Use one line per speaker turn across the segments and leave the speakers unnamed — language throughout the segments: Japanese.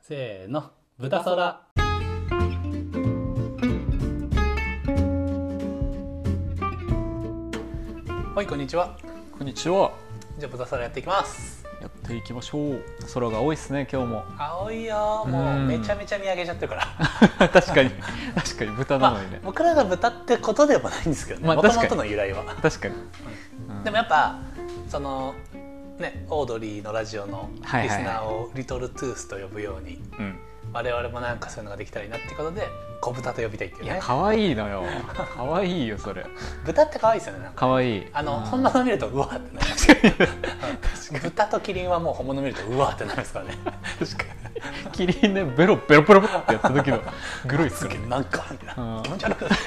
せーの豚そらはいこんにちは
こんにちは。
じゃあ豚そらやっていきます
やっていきましょう。空が多いですね、今日も。
青いよもう
うん
めちゃめちゃ見上げちゃってるから、
確かに、確かに豚
ま
なの
あ
にね、。
僕らが豚ってことでもないんですけどね
まあ
もと
確
も
かに
との由来は
確かに。うん
でもやっぱそのねオードリーのラジオのリス
はいはいはい
ナーをリトルトゥースと呼ぶように
うん。
我々もなんかそういうのができたらいいなってことで小豚と呼びたいっていう
いや、
ね
可愛いのよ。可愛いよ、それ。
豚って可愛いですよねなんか
可愛い。
あの
うん
本物見るとうわーってなりますけど豚とキリンはもう本物見るとうわーってなりますからね
確かに。キリンね、ベロベロベロってやった時の。 グロいっす
す
か
げ
ら
え
ね。
なんかみたいな
うん
気持ち悪くない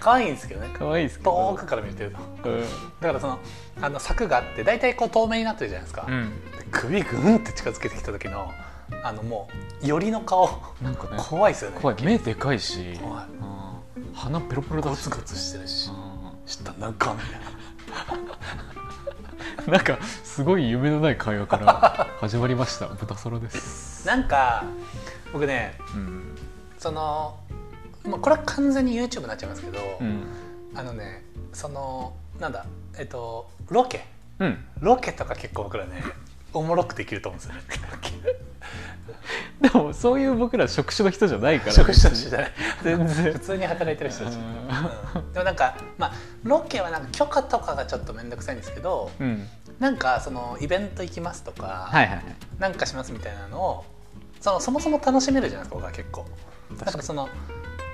可愛いんですけどね
可愛いっすけ
遠
ど
く。から見てると
うん。
だからそのあの柵があって大体こう透明になってるじゃないですか、
うん。
首グンって近づけてきた時のあのもうよりの顔
なんかね。
怖いですよね
怖い。目でかいし。
怖い
うん鼻ペロペロ
ゴ
だし
ツ。ゴツしてるし
うん
下なんかみたいな
なんかすごい夢のない会話から始まりました。豚ソロです。
なんか僕ね
うん。
その、まあ、これは完全に YouTube になっちゃいますけど、
うん。
あのねそのなんだえっとロケ
うん。
ロケとか結構僕らねおもろくできると思うんですよね
でもそういう僕ら職種の人じゃないか ら
職種としてじゃない
全
普
然
通に働いてる人たち、
う
うんんでもなんかまあロケはなんか許可とかがちょっと面倒くさいんですけど
うん
なんかそのイベント行きますとか、
はいはいはい
なんかしますみたいなのをそのそもそも楽しめるじゃないですか僕は結構だからその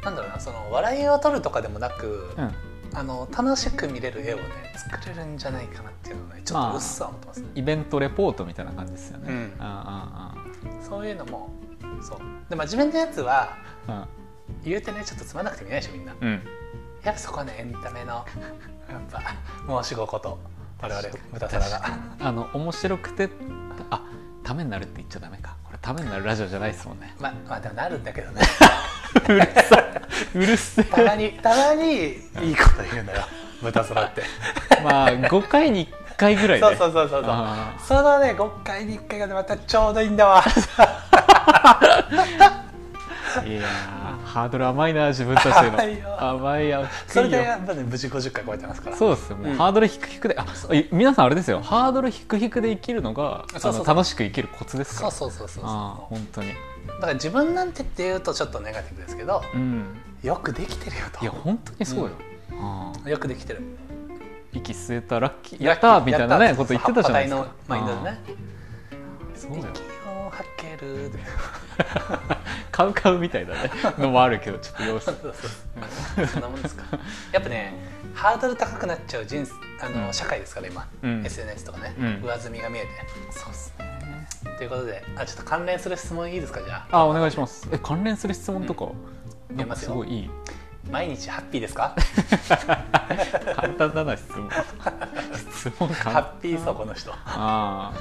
なんだろうなその笑いを取るとかでもなく、
うん
あの楽しく見れる絵をね作れるんじゃないかなっていうのをねちょっとうっすら思ってますね
イベントレポートみたいな感じですよね
うん
あ
そういうのもそうでまあ自分のやつは
あああ
言うてねちょっとつまんなくて見ないでしょみんな
うんうん
やっぱそこはねエンタメのやっぱ申し子こと我々豚皿が
あの面白くてあためになるって言っちゃダメかこれためになるラジオじゃないですもんね
まあまあでもなるんだけどね
うるさ いうるせ
たまにたまにいいこと言うのよ豚皿 って
えまあ5回に1回ぐらいで
そうそうそうそうそう
ああ
そのね5回に1回がねまたちょ うどいいんだわ
いやーハードル甘いな自分たちの
甘いよ
甘いよ
それで
低いよ
やっぱね無事50回超えてますから
そうですよもう、
うん
ハードルひくひくであい皆さんあれですよハードルひくひくで生きるのが
そうそうそう
あの楽しく生きるコツですか
そう
ら
そうそうそう
ああ
そ
本当に
うだから自分なんてっていうとちょっとネガティブですけど
うん
よくできてるよ
いや
と
本当にそうよ、ああ
よくできてる
息吸えたラッキーやったーみたいなね
や
こと言ってたじゃないです
葉っ
か
ぱ体のマインドでね
ああそう
息
よ
を吐けるで
カウカウみたいなねのもあるけどちょっと 様子
そうそうそうそんなもん ですかやっぱねハードル高くなっちゃう人生あの、
うん
社会ですから今、
うん
SNS とかね、
うん
上積みが見えて
そうっすね
ということであちょっと関連する質問いいですかじゃあ
あお願いしますえ関連する質問とか、
ん
なんかすごいいい
毎日ハッピーです か
簡単だな質問質問簡単
ハッピーそうこの人、うん、
ああ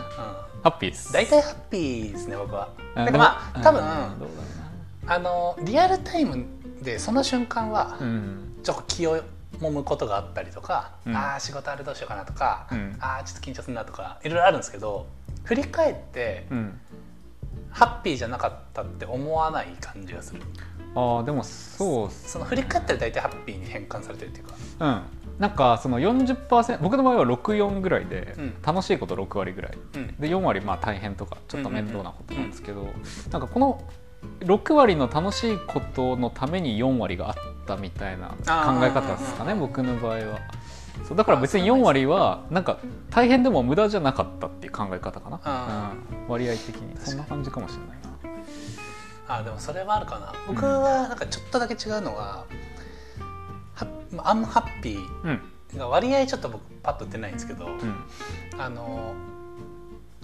ハッピーです
大体ハッピーですね僕は
あ
だからまあ
で
多
も
分
うんどうだろうな
あのリアルタイムでその瞬間は、
うん
ちょっと気を揉むことがあったりとか、
うん
ああ仕事あれどうしようかなとか、
うん
ああちょっと緊張するなとかいろいろあるんですけど振り返って、
うん、
ハッピーじゃなかったって思わない感じがする
ああでもそうっす
その振り返ったら大体ハッピーに変換されてるっていうか
うんなんかその40%僕の場合は64ぐらいで、
うん
楽しいこと6割ぐらい
うん
で4割まあ大変とかちょっと面倒なことなんですけど、なんかこの6割の楽しいことのために4割があったみたいな考え方ですか
あ
ね
ー
僕の場合はそうだから別に
あー
4
そうなん
割はなんか大変でも無駄じゃなかったっていう考え方か
あ
な、うん、割合的に
かに
そんな感じかもしれない
あ
な
ーでもそれはあるかな僕はなんかちょっとだけ違うのが、ハッまあアンハッピ
うん
ーが割合ちょっと僕パッと出ないんですけど、
うん
あの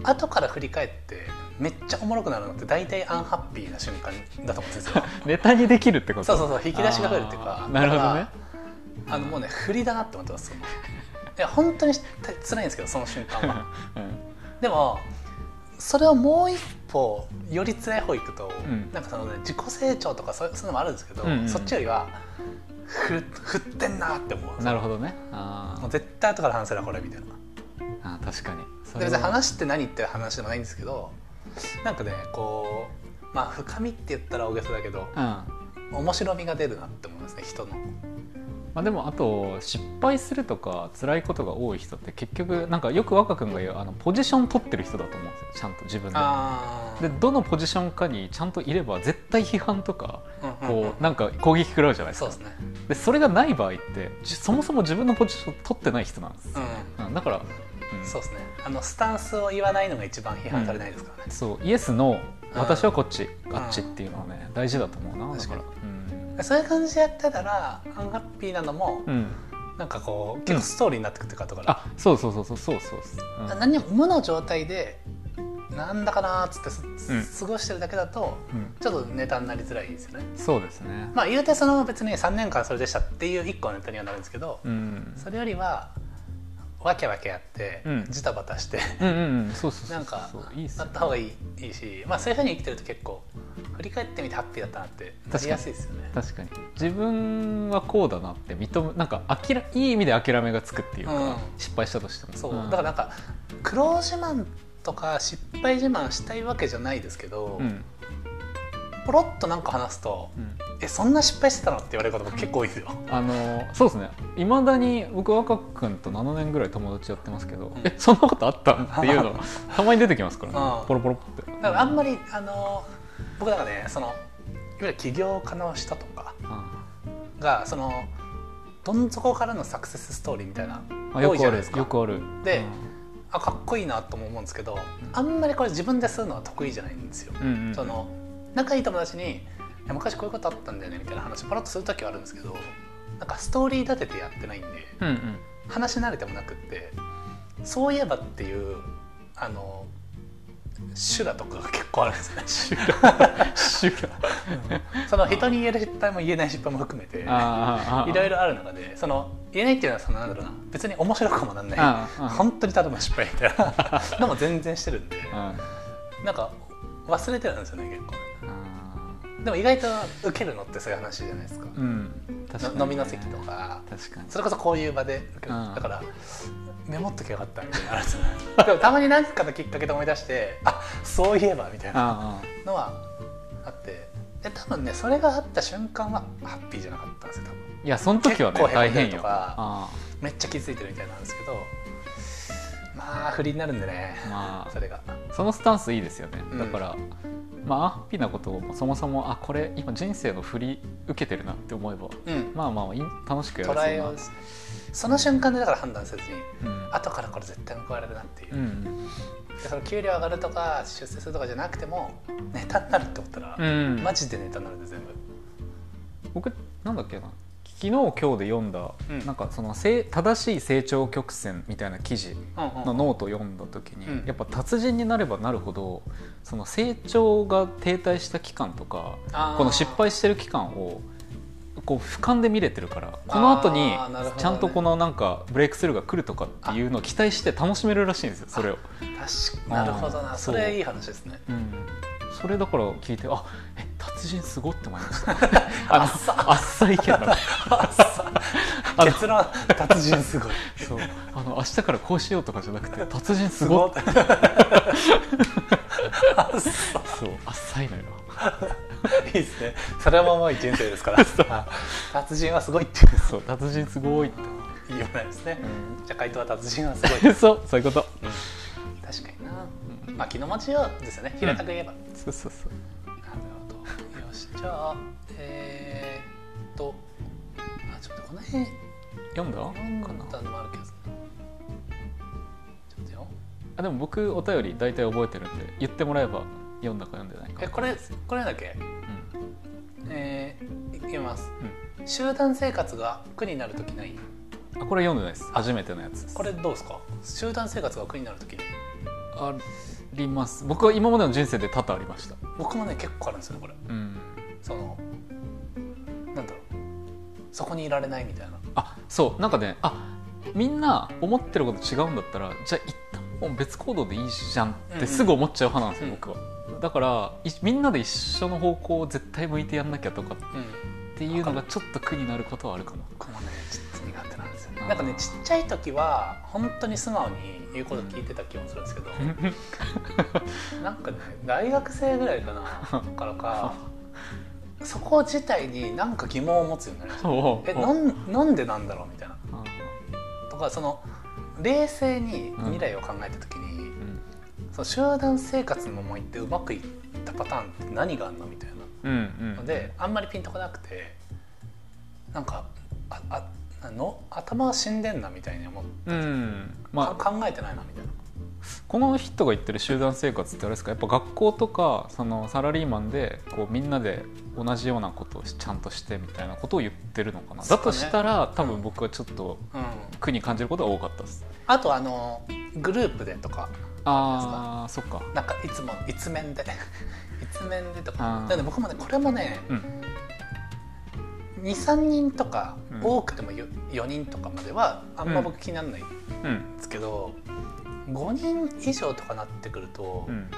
後から振り返ってめっちゃおもろくなるのって大体アンハッピーな瞬間だと思うんですよ
ネタにできるってこと
そうそうそう引き出しが増えるっていうか
あーなるほどね
だからあのもうね振りだなって思ってますそのいや本当に辛いんですけどその瞬間は
う
でもそれをもう一歩より辛い方行くと、
ん
なんかその、ね、自己成長とかそうそういうのもあるんですけど、
うんうん、
そっちよりはふ振ってんなって思うん
なるほどねあ
もう絶対後から話せるわこれみたいな
ーあー確かにそ
で
れ
別に
は
話って何って話でもないんですけどなんかねこうまあ深みって言ったら大げさだけど
ま
面白みが出るなって思いますね人の
あ、でもあと失敗するとか辛いことが多い人って結局なんかよく若君が言うあのポジション取ってる人だと思うんですよちゃんと自分
あ
で。でどのポジションかにちゃんといれば絶対批判とか
あ
こうなんか攻撃食らうじゃないです
そう
か
ですね
でそれがない場合ってじそもそも自分のポジション取ってない人なんです
う、
うんだから、うんん
そうですねあのスタンスを言わないのが一番批判されないですからね、
そうイエスの
うん
私はこっち
ん
あっちっていうのはね大事だと思うなだ
確
か
からに
うん
そういう感じでやってたらアンハッピーなのも、
うん
なんかこう結構ストーリーになってくっていうか後から、
あそうそうそうそうそうそうそう
何にも無の状態でなんだかなーっつってす
うん
過ごしてるだけだと
うんうん
ちょっとネタになりづらいですよね
そうですね
まあ言うてその別に3年間それでしたっていう1個のネタにはなるんですけど、
うん
それよりはわけわけやって、
うん
ジタバタして
うんうんうんそうそうそう
なんか
そういいっす
あ
よ
った方がいいいいし、まあ、そういうふうに生きてると結構振り返ってみてハッピーだったなってなりやすいですよね。
確かに自分はこうだなって認むなんかあきらいい意味で諦めがつくっていうか、
うん
失敗したとしても
そう
うん
だからなんか苦労自慢とか失敗自慢したいわけじゃないですけど、
うん
ポロッとなんか話すと
うん
「えそんな失敗してたの?」って言われることも結構多いですよ。
あのそうですねいまだに僕若くんと7年ぐらい友達やってますけど「
ん
えそんなことあった?」っ ていうのたまに出てきますからね、
うん
ポロポロって
だからあんまりあの僕なんかねそのいわゆる起業家の人とか
あ
がそのどん底からのサクセスストーリーみたいな
よ
多い
く
じ
あ
ゃない
る
ですか
よくある
であかっこいいなとも思うんですけどあんまりこれ自分でするのは得意じゃないんですよ。
うんうんうん
その仲いい友達にいや「昔こういうことあったんだよね」みたいな話パラッとする時はあるんですけどなんかストーリー立ててやってないんで
うんうん
話慣れてもなくってそういえばっていうあの修羅とかが結構あるんですね修
修羅
羅 その人に言える失敗も言えない失敗も含めて
あーあ
いろい
ろ
ろある中でその言えないっていうのはそのなんだろうな別に面白くもなんない
あーあー
本当にただの失敗みたいなのも全然してるんでなんか忘れてるんですよね結構でも意外と受けるのってそういう話じゃないですか
うん確かに
の飲みの席とか
確かに
それこそこういう場で受ける
うん
だからメモっときゃよかったみたいなのあるんですよね でもたまに何かのきっかけで思い出してあそういえばみたいな
あー
のはあってで多分ねそれがあった瞬間はハッピーじゃなかったんですよ多分
あーいやその時はね
結構へ
大
こんで
変
ると
よ
か
あ
めっちゃ気づいてるみたいなんですけどまあ不利になるんでね
ーまあ
それが
そのスタンスいいですよね
うん
だから、まあアッピーなことをそもそもあこれ今人生の振り受けてるなって思えば
うん
まあまあいい楽しくや
ト
れ
ライ
そう
をその瞬間でだから判断せずに
なうん
後からこれ絶対報われるなっていう、
うん
でその給料上がるとか出世するとかじゃなくてもネタになるって思ったら、
うん
マジでネタになるんで全部
僕なんだっけな昨日今日で読んだ、
うん
なんかそのせい正しい成長曲線みたいな記事
うん
のノートを読んだ時に、
うん
やっぱ達人になればなるほどその成長が停滞した期間とか
あー
この失敗してる期間をこう俯瞰で見れてるからこの後に
あーなるほどね
ちゃんとこのなんかブレイクスルーが来るとかっていうのを期待して楽しめるらしいんですよそれを、
確かなるほどな
あー
そ
そう
れいい話ですね
うん、それだから聞いてあえ達人すごって思いま した
あっさ
あっさい意見だなあの
結論達人すごい
そうあの明日からこうしようとかじゃなくて達人 すごっ
いあっさ
そうあっさいのよ
いいですねそれももう人生ですから 達人はすごいっていう
そう達人すごいって、
言わないですね、じゃあ回答は達人はすごい
そうそういうこと
確かにな、まあ気の持ちようですよね平たく言えば、
そうそうそう
なるほど。よし、じゃあ、えー、っと。あ、ちょっとこの辺、
読んだ
読
か
ん
な
だのもあるけど。ちょっとよ。
あでも僕お便り大体覚えてるんで言ってもらえば読んだか読んでないか
え、これ、これなんだっけ。
うん
えー、いきます。集団生活が苦になるときない。
うんあこれ読んでないです初めてのやつです
これどうですか。集団生活が苦になるときに。
あります僕は今までの人生で多々ありました
僕もね、結構あるんですよね、これ。
うん
その。なんだろう。そこにいられないみたいな。
あそうなんかねあみんな思ってること違うんだったらじゃあ一旦もう別行動でいいじゃん
う
っ
んう
て
ん
すぐ思っちゃう派なんですよ、
うん
僕はだからいみんなで一緒の方向を絶対向いてやんなきゃとかっ
うん。
ていうのがちょっと苦になることはあるかも
僕もね、ちょっと苦手なんですよね。ですよねなんかねちっちゃい時は本当に素直に言うこと聞いてた気もするんですけ ど、なんかね大学生ぐらいかなからかそこ自体に何か疑問を持つようになりました
おう
え
おう
なんなんでなんだろうみたいな
あ
とかその冷静に未来を考えた時に、その集団生活の思いってうまくいったパターンって何があんのみたいな
うんうん
のであんまりピンとこなくてなんかあああの頭は死んでんなみたいに思って、
うん、うん、まあ
か考えてないなみたいな。
この人が言ってる集団生活ってあれですかやっぱ学校とかそのサラリーマンでこうみんなで同じようなことをしちゃんとしてみたいなことを言ってるのかな、
そう
だ
ね
としたら多
うん
分僕はちょっと
うん、
苦に感じることが多かったです
あとあのグループでとか
ああそっか
なんかいつも一面で 一面でと
あ
か
ー
だから僕もねこれもね
うん
23人とか、
うん
多くても4人とかまではあんま僕気にならないんで
うん
すけど、5人以上とかなってくると
う、ん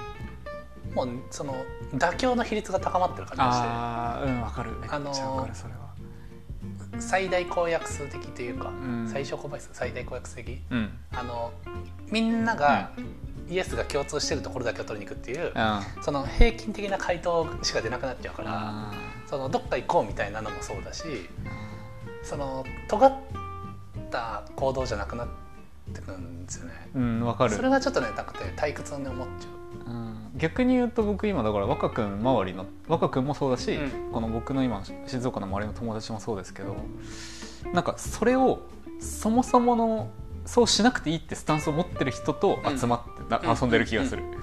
もうその妥協の比率が高まってる感じがして。
ああうんわかるめっちゃ
あのー
わかるそれは
最大公約数的というか、
ん
最小公倍数最大公約数的
うん
あのみんなが、イエスが共通してるところだけを取りに行くっていう、
あ
その平均的な回答しか出なくなっちゃうから
あ
そのどっか行こうみたいなのもそうだしその尖った行動じゃなくなってくるんですよね。
うんわかる
それがちょっとねなくて退屈に思っちゃ
うん逆に言うと僕今だから若君周りの若君もそうだし、
う
この僕の今静岡の周りの友達もそうですけどなんかそれをそもそものそうしなくていいってスタンスを持ってる人と集まって、な
う、
遊んでる気がする、うん
うん、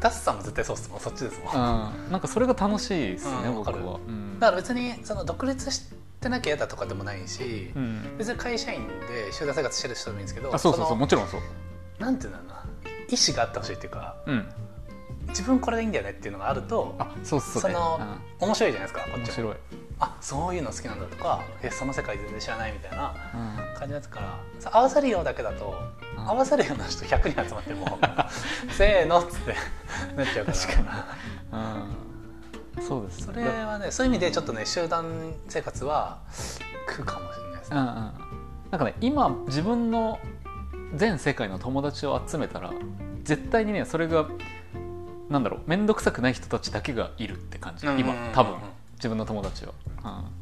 ダッサンも絶対そうっすもんそっちですもん
うんなんかそれが楽しいですね、
うんわ
僕
か
は
る、
うん
だから別にその独立してなきゃ嫌だとかでもないし、
うん
別に会社員で集団生活してる人でもいいんですけど
あそうそうそう
の
もちろんそう、
なんていうんだろうな意思があってほしいっていうか
うん、
自分これがいいんだよねっていうのがあると
あそうそう
その面白いじゃないですか
う
こ
ん、
っ
面
ちも
白い、
あそういうの好きなんだとかえその世界全然知らないみたいな
うん
感じのやつからさ合わせるようだけだと
うん
合わせるような人100人集まって もせーのっつってなっちゃうから
うん、そうです
そ
ね
れはねそういう意味でちょっとね集団生活は苦かもしれないです
うんうん、なんかね今自分の全世界の友達を集めたら絶対にねそれがなんだろう面倒くさくない人たちだけがいるって感じ
うんうんうん
今
うん
多分自分の友達は。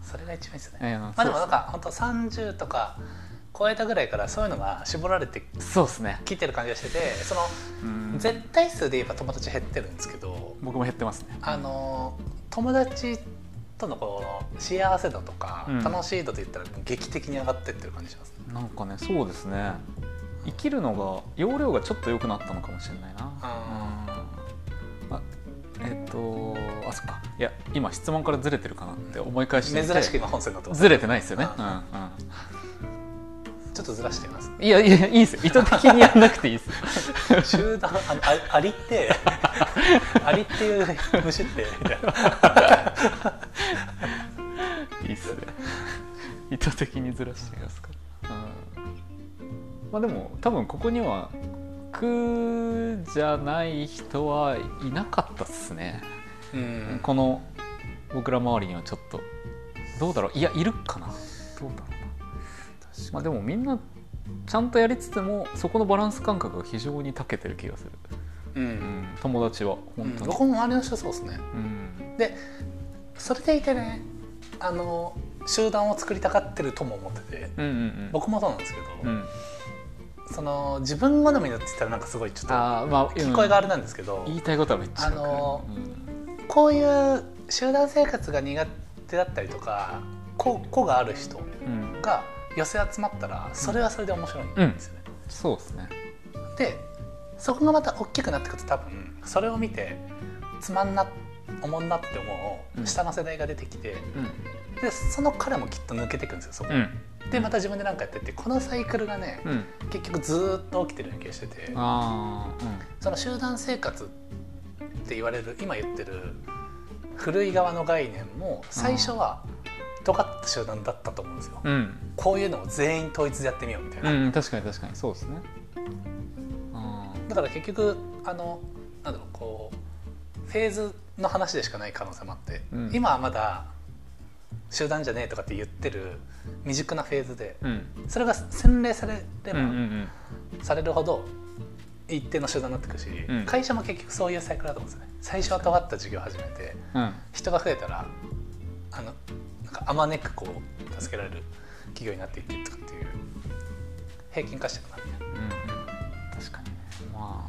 それが一番いいですよね
うんいや
まあでも
そ
な
うん
か本当30とか超えたぐらいからそういうのが絞られて
そうですね、
きてる感じがしててその
うん
絶対数で言えば友達減ってるんですけど
僕も減ってますね。
あの友達とのこの幸せ度とか
うん
楽しい度といったら劇的に上がってってる感じしますね。
なんかねそうですね生きるのが容量がちょっと良くなったのかもしれないな。
あ
うんあえっ、とあそっかいや今質問からずれてるかなって思い返していて
珍しく今本線だと
ずれてないですよね。
う
うんんうん
ちょっとずらしてみ ます
いやいやいいですよ意図的にやんなくていいです
集団あのあアリって アリっていう虫ってみたいない
いっすね意図的にずらしてますから、うん、まあでも多分ここには苦じゃない人はいなかったっすね、
うん
この僕ら周りにはちょっとどうだろういやいるかなどうだろうなまあでもみんなちゃんとやりつつもそこのバランス感覚が非常に長けてる気がする、
う
うんん、友達は
う
本
ん
当に、
僕も周りの人そうですね
うん
でそれでいてねあの集団を作りたがってるとも思ってて
うんうん
僕もそうなんですけど、
うんうん
その自分好みのって言ったらなんかすごいちょっと
あーまあ
聞こえがあれなんですけど、
言いたいことはめっちゃわかる
あのこういう集団生活が苦手だったりとか個個がある人
うんうん
が寄せ集まったらそれはそれで面白いんですよね。
そうですね
でそこがまた大きくなってくると多分それを見てつまんなおもんなって思
う
うん下の世代が出てきて、
うん
でその彼もきっと抜けていくんですよそこ、
うん
でまた自分で何かやってってこのサイクルがね、
うん
結局ずーっと起きてるような気がしてて
ああ
その集団生活って言われる今言ってる古い側の概念も最初は尖った集団だったと思うんですよ、
うん
こういうのを全員統一でやってみようみたいな、
うん、うん、確かに確かにそうですねあ
だから結局あのなんだろうこうフェーズの話でしかない可能性もあって、
うん
今はまだ集団じゃねえとかって言ってる未熟なフェーズで
うん
それが洗練されれ
うんう
ば、
ん
されるほど一定の集団になってくるし、
うん
会社も結局そういうサイクルだと思うんですよね最初は尖った授業を始めて
うんうん
人が増えたらあのなんかあまねくこう助けられる企業になっていくとかっていう平均化していくなみたいな
うんうん確かにねま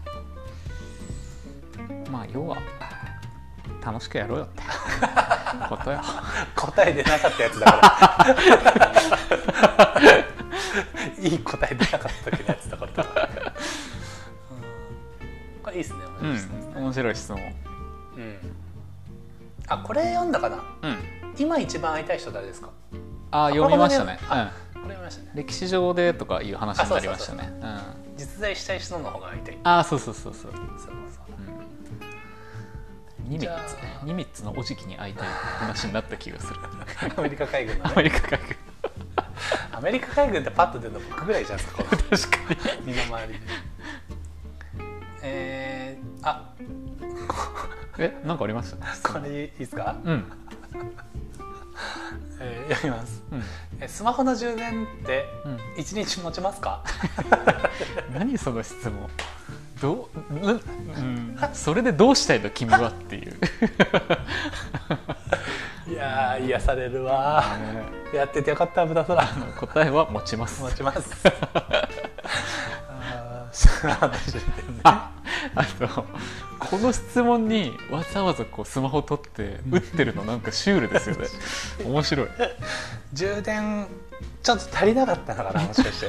あまあ要は楽しくやろうよってことよ
答え出なかったやつだから いい答え出なかった時のやつだからうんこれいいですね
う
面白いですね、
ん面白い質問
うんあこれ読んだかな
うん
今一番会いたい人誰ですか
ああ読みましたね、
これ読みました
う
ね
ん、歴史上でとかいう話になりましたねうん
実在したい人の方が会いたい
ああそうそうそうそ
そ
う
うそう
うんニミ
じゃ
ッ
あ
ツねニミッツのおじきに会いたい話になった気がする
アメリカ海軍の
ア
ね
メリカ海軍
アメリカ海軍ってパッと出るの僕ぐらいじゃないですかこの
確か
身の回りでえー、あ
にえなんかありました
これいいですか、
うん
えー、読みます
うん
えスマホの充電って
うん
一日持ちますか
何その質問どう、なうん、それでどうしたいの君はっていう
いやー癒されるわーやっててよかった豚空
答えは持ちます
持ちますあーそんな話してんね
あ あのこの質問にわざわざこうスマホ取って打ってるのなんかシュールです よね面白い
充電ちょっと足りなかったのかなもしか して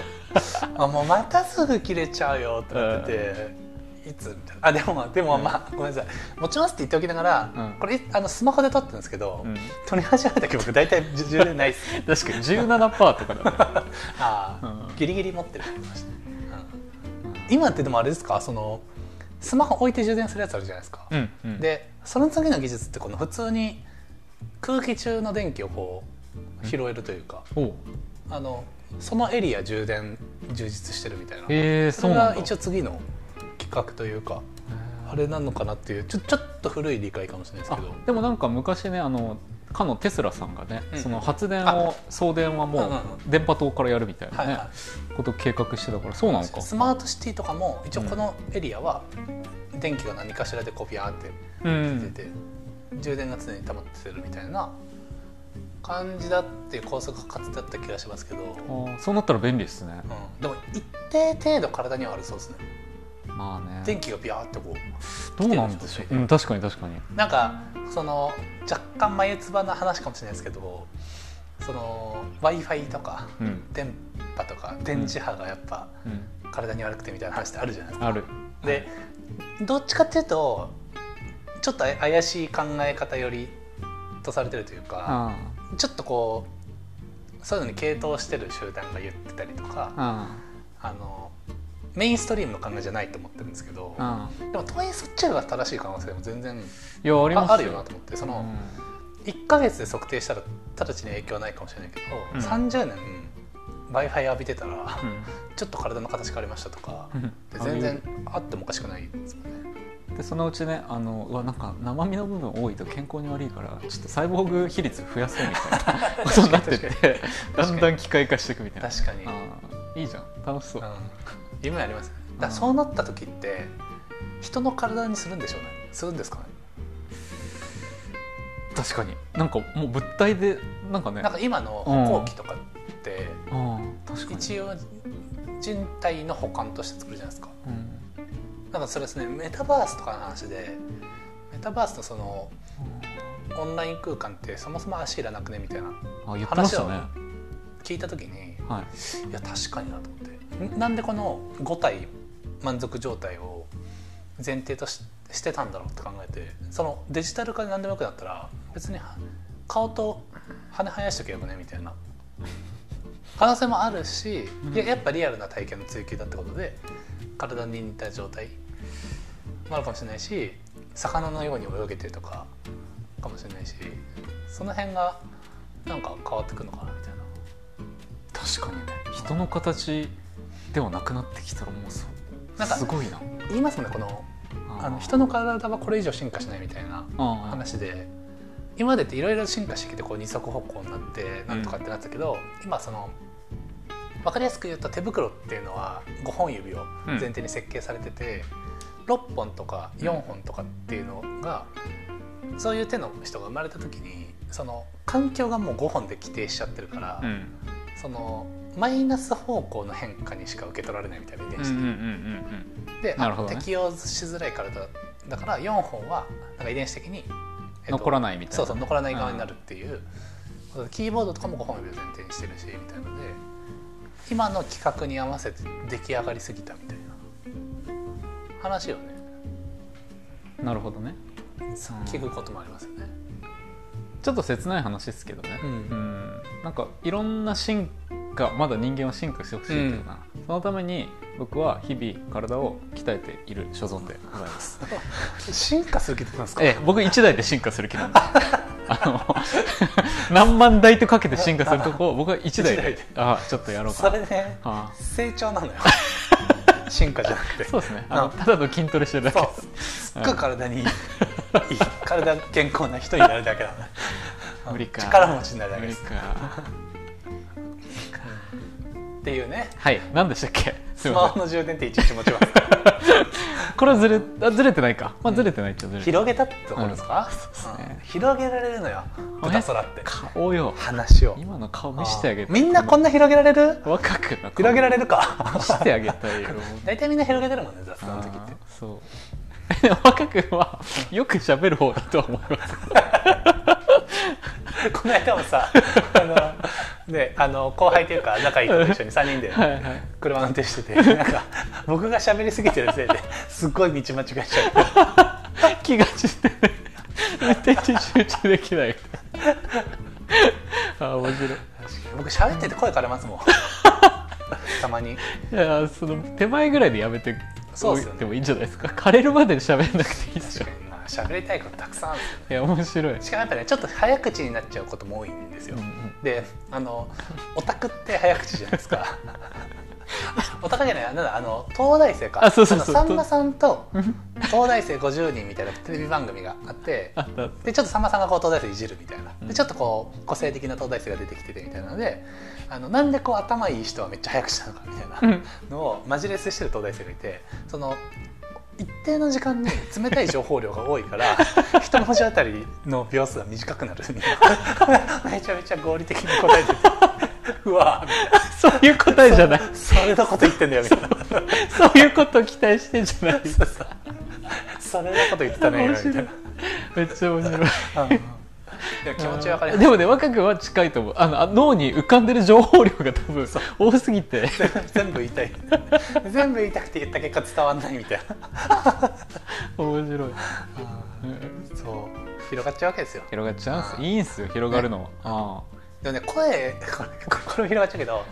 あもうまたすぐ切れちゃうよってなってて、いつみたいなあでもでもまあ、ごめんなさい持ちますって言っておきながら、
うん
これあのスマホで撮ってるんですけど、
うん
撮り始めた時僕大体じゅ充電ないっ す
確かに17%とかだね
ああ、
うん
ギリギリ持ってるって言ってました、うん今ってでもあれですかそのスマホ置いて充電するやつあるじゃないですか、
うん、うん、
でその次の技術ってこの普通に空気中の電気をこう拾えるというか、
おう
あのそのエリア充電充実してるみたいな、
えー、
そ
そう
れ
なん
が
だ
一応次の企画というかあれなのかなっていうちょちょっと古い理解かもしれないです
あ
けど
でもなんか昔ねあのかのテスラさんがね、
うん
その発電を
あ
送電は
うんうん
もう電波塔からやるみたいな
は
ね、
いは
ことを計画してたからそうないのか
スマートシティとかも一応このエリアは電気が何かしらでこうビャーって
う
出
ん
て、充電が常に溜まってるみたいな感じだっていう高速化だった気がしますけど、うん、
あーそうなったら便利ですね
でも一定程度体にはあるそうですね
まあ
電
ね
気がビャーってこう
どうなんでしょう、うん、確かに確かに
なんかその若干眉唾な話かもしれないですけどその w i f i とか
うん、
電波とか電磁波がやっぱ
うん、
体に悪くてみたいな話ってあるじゃないです
ある
か。でどっちかっていうとちょっと怪しい考え方よりとされてるというか
あ
ちょっとこうそういうのに傾倒してる集団が言ってたりと
あ
か
あ
あのメインストリームの考えじゃないと思ってるんですけど
あああ
でもとはいえそっちが正しい可能性も全然
いやあります
ああるよなと思ってその。
うん
1ヶ月で測定したら直ちに影響はないかもしれないけど、
うん
30年 w i f i 浴びてたら、
うん
ちょっと体の形変わりましたとか、で
ある
全然あってもおかしくないですもんね。
でそのうちねあのうわなんか生身の部分多いと健康に悪いからちょっとサイボーグ比率増や そうみたいなことになってってだ
確か
ん
に
だん機械化していくみたいな
確かに、うん、
ああいいじゃん楽しそう
夢ありますよねだからそうなった時って人の体にするんでしょうねするんですかね
確かになんかもう物体でなんかね
なんか今の歩行器とかって、
ああ確かに、
一応人体の補完として作るじゃないですか。
うん
なんかそれですねメタバースとかの話でメタバースのそのオンライン空間ってそもそも足いらなくねみたいな
あ言ってましたね
話聞いた時に
はい
いや確かになと思ってんなんでこの5体満足状態を前提とししてたんだろうって考えてそのデジタル化で何でもよくなったら別には顔と羽生やしとけばよくねみたいな可能性もあるし、いややっぱリアルな体験の追求だってことで体に似た状態もあるかもしれないし魚のように泳げてとかかもしれないしその辺がなんか変わってくるのかなみたいな。
確かにね人の形ではなくなってきたらもうそう
なんか
すごいな
言いますもんねこのあの人の体はこれ以上進化しないみたいな
ああ
話で今までっていろいろ進化してきてこう二足歩行になってなんとかってなったけど、今その分かりやすく言うと手袋っていうのは5本指を前提に設計されてて、6本とか4本とかっていうのが、そういう手の人が生まれた時にその環境がもう5本で規定しちゃってるから、
うん
そのマイナス方向の変化にしか受け取られないみたいな遺
うん
伝
うんう
子
ん
ってで、
なるほどね
適用しづらいからだだから4本はなんか遺伝子的に、
うん残ら
ない
ないみたいな
そうそう残らない側になるっていう、キーボードとかも5本指を前提にしてるしみたいなので今の規格に合わせて出来上がりすぎたみたいな話をね
なるほどね
聞くこともありますよね。
ちょっと切ない話ですけどね、
うん
んなんかいろんな進化まだ人間は進化してほしいけどな、そのために僕は日々体を鍛えている所存でございます
進化する気だったんですか、
ええ僕1台で進化する気なんであの何万台とかけて進化するとこを僕は1台で
一台で
あちょっとやろう
そ
かな
れね
あ
成長なのよ 進化じゃなくて
そうですねあの
うん
ただの筋トレしてるだけ
そ
です
うすっごい体にいいいい体健康な人になるだけだね
無理か
力持ちになるだけ
無
で
理
す
か
っていうね
はい何でしたっけす
ス
い
マ
ま
ホ
せん
の充電っていちいち持ちます
これはずれあずれてないか、まあ、ずれてないっちゃずれてない
広げたってところですか、
すね
うん広げられるのよ豚空って
顔よ
話を
今の顔見してあげ
あー
て
みんなこんな広げられる
若くな
広げられ
る
るか
してあげた いよ
大体みんな広げてるもんね雑談の時っ
あ
て
ーそう 若くはよく喋る方だとは思い ます
この間もさあのであの後輩というか仲いい子と一緒に3人で
はいはい
車運転しててなんか僕が喋りすぎてるせいですっごい道間違えちゃって
気が散ってね運転中集中できないみたいなあー面白い
僕喋ってて声枯れ ますもんたまに
いやーその手前ぐらいでやめて
そう
お
っ
い
すよね
てもいいんじゃないですか枯れるまで喋んなくていいです
確
よ
かにな喋りたいことたくさんあるんですよ
いや面白い
しかもやっぱねちょっと早口になっちゃうことも多いんですよ、
うんうん
であのオタクって早口じゃないです かオタクじゃないなんだあの東大生か
あそうそうそう
あのさんまさんと
うん
東大生50人みたいなテレビ番組があって
あったあっ
でちょっとさんまさんがこう東大生いじるみたいな
うん
でちょっとこう個性的な東大生が出てきててみたいなのであのなんでこう頭いい人はめっちゃ早口なのかみたいな
たうん
のをマジレスしてる東大生がいてその一定の時間に冷たい情報量が多いから 一文字あたりの秒数が短くなるみたいなめちゃめちゃ合理的に答えててうわ
そういう答えじゃない
ぁそれのこと言ってんだよみたいな
そういうことを期待してんじゃない
そうそうそれのこと言ってたね今
面
みた
白
い
い
な
めっちゃ面白い
うんうんいや気持ちわかります
でもね若くは近いと思うあのあ脳に浮かんでる情報量が多分多すぎて
全部言いたい全部言いたくて言った結果伝わんないみたいな
面白い、
そう広がっちゃうわけですよ
広がっちゃうんすいいんすよ広がるのは、
でもね声これこれ これも広がっちゃうけど
う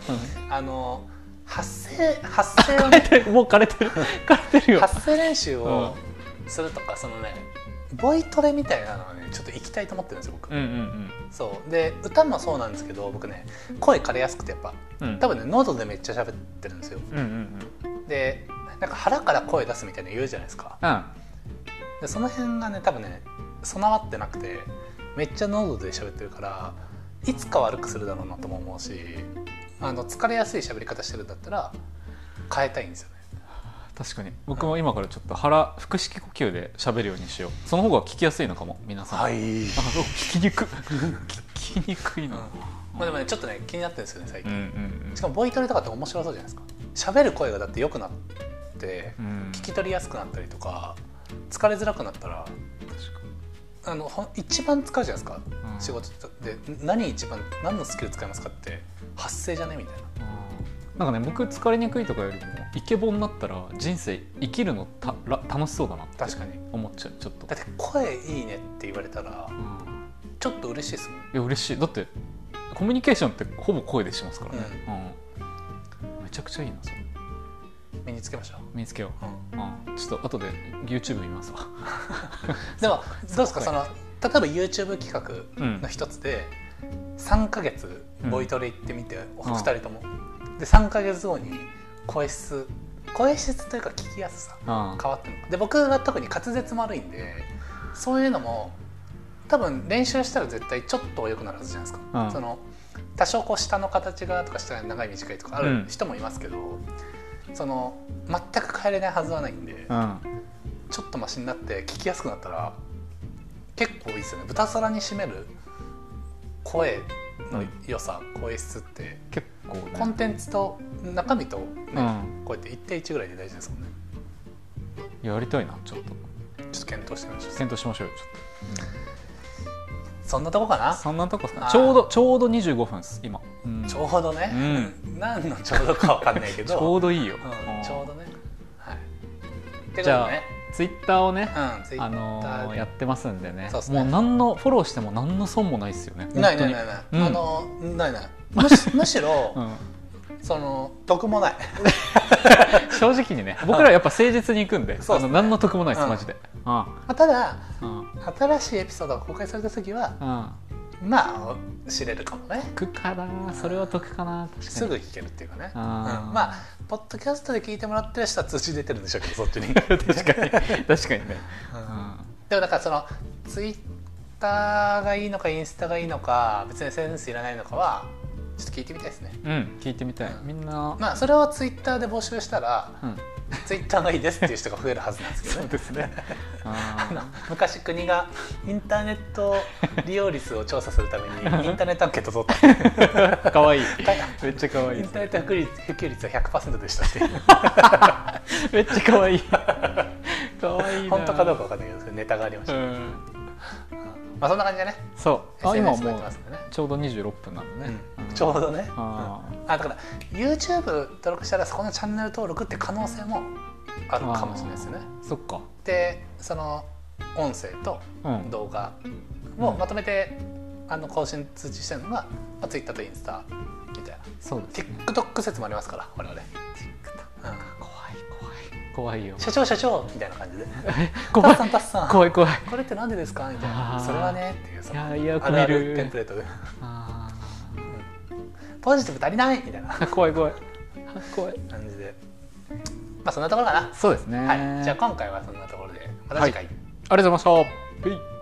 あの発声発声を
ん、 枯れ
ね
てるもう枯れてる枯れてるよ
発声練習をするとかそのねボイトレみたいなのはねちょっと行きたいと思ってるんですよ僕、
うんうん
そうで歌もそうなんですけど僕ね声枯れやすくてやっぱ
うんうん
多分ね喉でめっちゃ喋ってるんですよ
うんうんうん
でなんか腹から声出すみたいなの言うじゃないですか
あ
でその辺がね多分ね備わってなくてめっちゃ喉で喋ってるからいつか悪くするだろうなとも思うしあの疲れやすい喋り方してるんだったら変えたいんですよね
確かに僕も今からちょっと腹腹式呼吸で喋るようにしようその方が聞きやすいのかも皆さん、
い、
あお聞きにくい 聞きにくいな、
まあ、でもねちょっとね気になってるんですよね最
うん、
近、
うんうん
しかもボイトレとかって面白そうじゃないですか喋る声がだって良くなって
うん
聞き取りやすくなったりとか疲れづらくなったら
確かに
あのほん一番使うじゃないですか、
うん
仕事で何一番何のスキル使いますかって発声じゃねみたいな
なんかね僕疲れにくいとかよりもイケボになったら人生生きるのたら楽しそうだなって
確かに
思っちゃうちょっと、
だって声いいねって言われたら
うん
ちょっと嬉しいですもん
いや嬉しいだってコミュニケーションってほぼ声でしますからね、うんめちゃくちゃいいなそれ
身につけましょう、
身につけよ
うん
う、うん、ちょっと後で YouTube 見ますわ
でもどうですか
そ
その例えば YouTube 企
う
画
ん
の一つで3ヶ月
うん
ボイトレ行ってみて、お
うん
二人ともで3ヶ月後に声質声質というか聞きやすさ
うん
変わってるで僕が特に滑舌も悪いんでそういうのも多分練習したら絶対ちょっとは良くなるはずじゃないですか、
うん
その多少こう下の形がとか下が長い短いとかある
うん
人もいますけど、その全く変えれないはずはないんで、
うん
ちょっとマシになって聞きやすくなったら結構いいですよね豚皿に占める声の良さ、声質って
結構ね
コンテンツと中身とね、
うん
こうやって一定一ぐらいで大事ですもんね
やりたいなちょっと
ちょっと検討してみましょう
検討しましょうよちょっと、
そんなとこか
うん
な
そんなとこです
あ
かねちょうどちょうど25分です今、うん
ちょうどね、
う
何のちょうどかわかんないけ
ち
ど
ょうどいいよ、
うん
うん
ちょうどねはいってこと
じゃあ
でね
ツイッターをね、
うんツイ
あ
ッ
の
ター
ー
で
やってますんでね
そうっすね
もう何のフォローしても何の損もないですよね
ないない
本
ないない、
うん
あのないないむ しむしろ、
当に、うん
その得もない
正直にね僕らやっぱ誠実に行くんで
そう
あ
っす
の
ね
何の得もないです、
うん
マジでうん
ただ
うん
新しいエピソードが公開された時は
うん
まあ知れるかもね
得かなそれは得かな確かに
すぐ聞けるっていうかね、うん、
あー
まあポッドキャストで聞いてもらってる人は通知出てるんでしょうけどそっちに
確かに確かに
うん
ね、うん
でもだからそのツイッターがいいのかインスタがいいのか別に SNS いらないのかはちょっと聞いてみたいですね
うん、聞いてみたいみんな、
まあそれをツイッターで募集したら
うん、
ツイッターがいいですっていう人が増えるはずなんですけどね
ですねあ
あの昔国がインターネット利用率を調査するため にインターネットアンケート取った
ー かわいいめっちゃかわい
イ
い
ンターネット普及率普及率は100%で したっていう
めっちゃ かわいいかわいいな
本当かどうかわかんないけどネタがありまし
う
た、
ん
まあそんな感じでね
そうあ今
SNS もや
も
っ
う
てますんでね、
ちょうど26分なんでね、
うんちょう
ど
どね、
あー
あだから YouTube 登録したらそこのチャンネル登録って可能性もあるかもしれないですよね
そっか
でその音声と
うん
動画を
うん
まとめて、あの更新通知してるのが、まあ、Twitter とインスタみたいな
そうですね
TikTok 説もありますから我々、うん
怖い怖い怖いよ
社長社長みたいな感じで「タ
怖
ッ
い
さんタッさん
怖い怖い
これってなんでですか?」みたいな「
あー
それはね」っていうそ
い
の
やいや
あ
こ
る
び
ある
る
テンプレートで
あ
ポジティブ足りないみたいな
ー怖い怖い怖い
感じでまあそんなところかな、
そうですね
はいじゃあ今回はそんなところでまた次回、
ありがとうございましたはい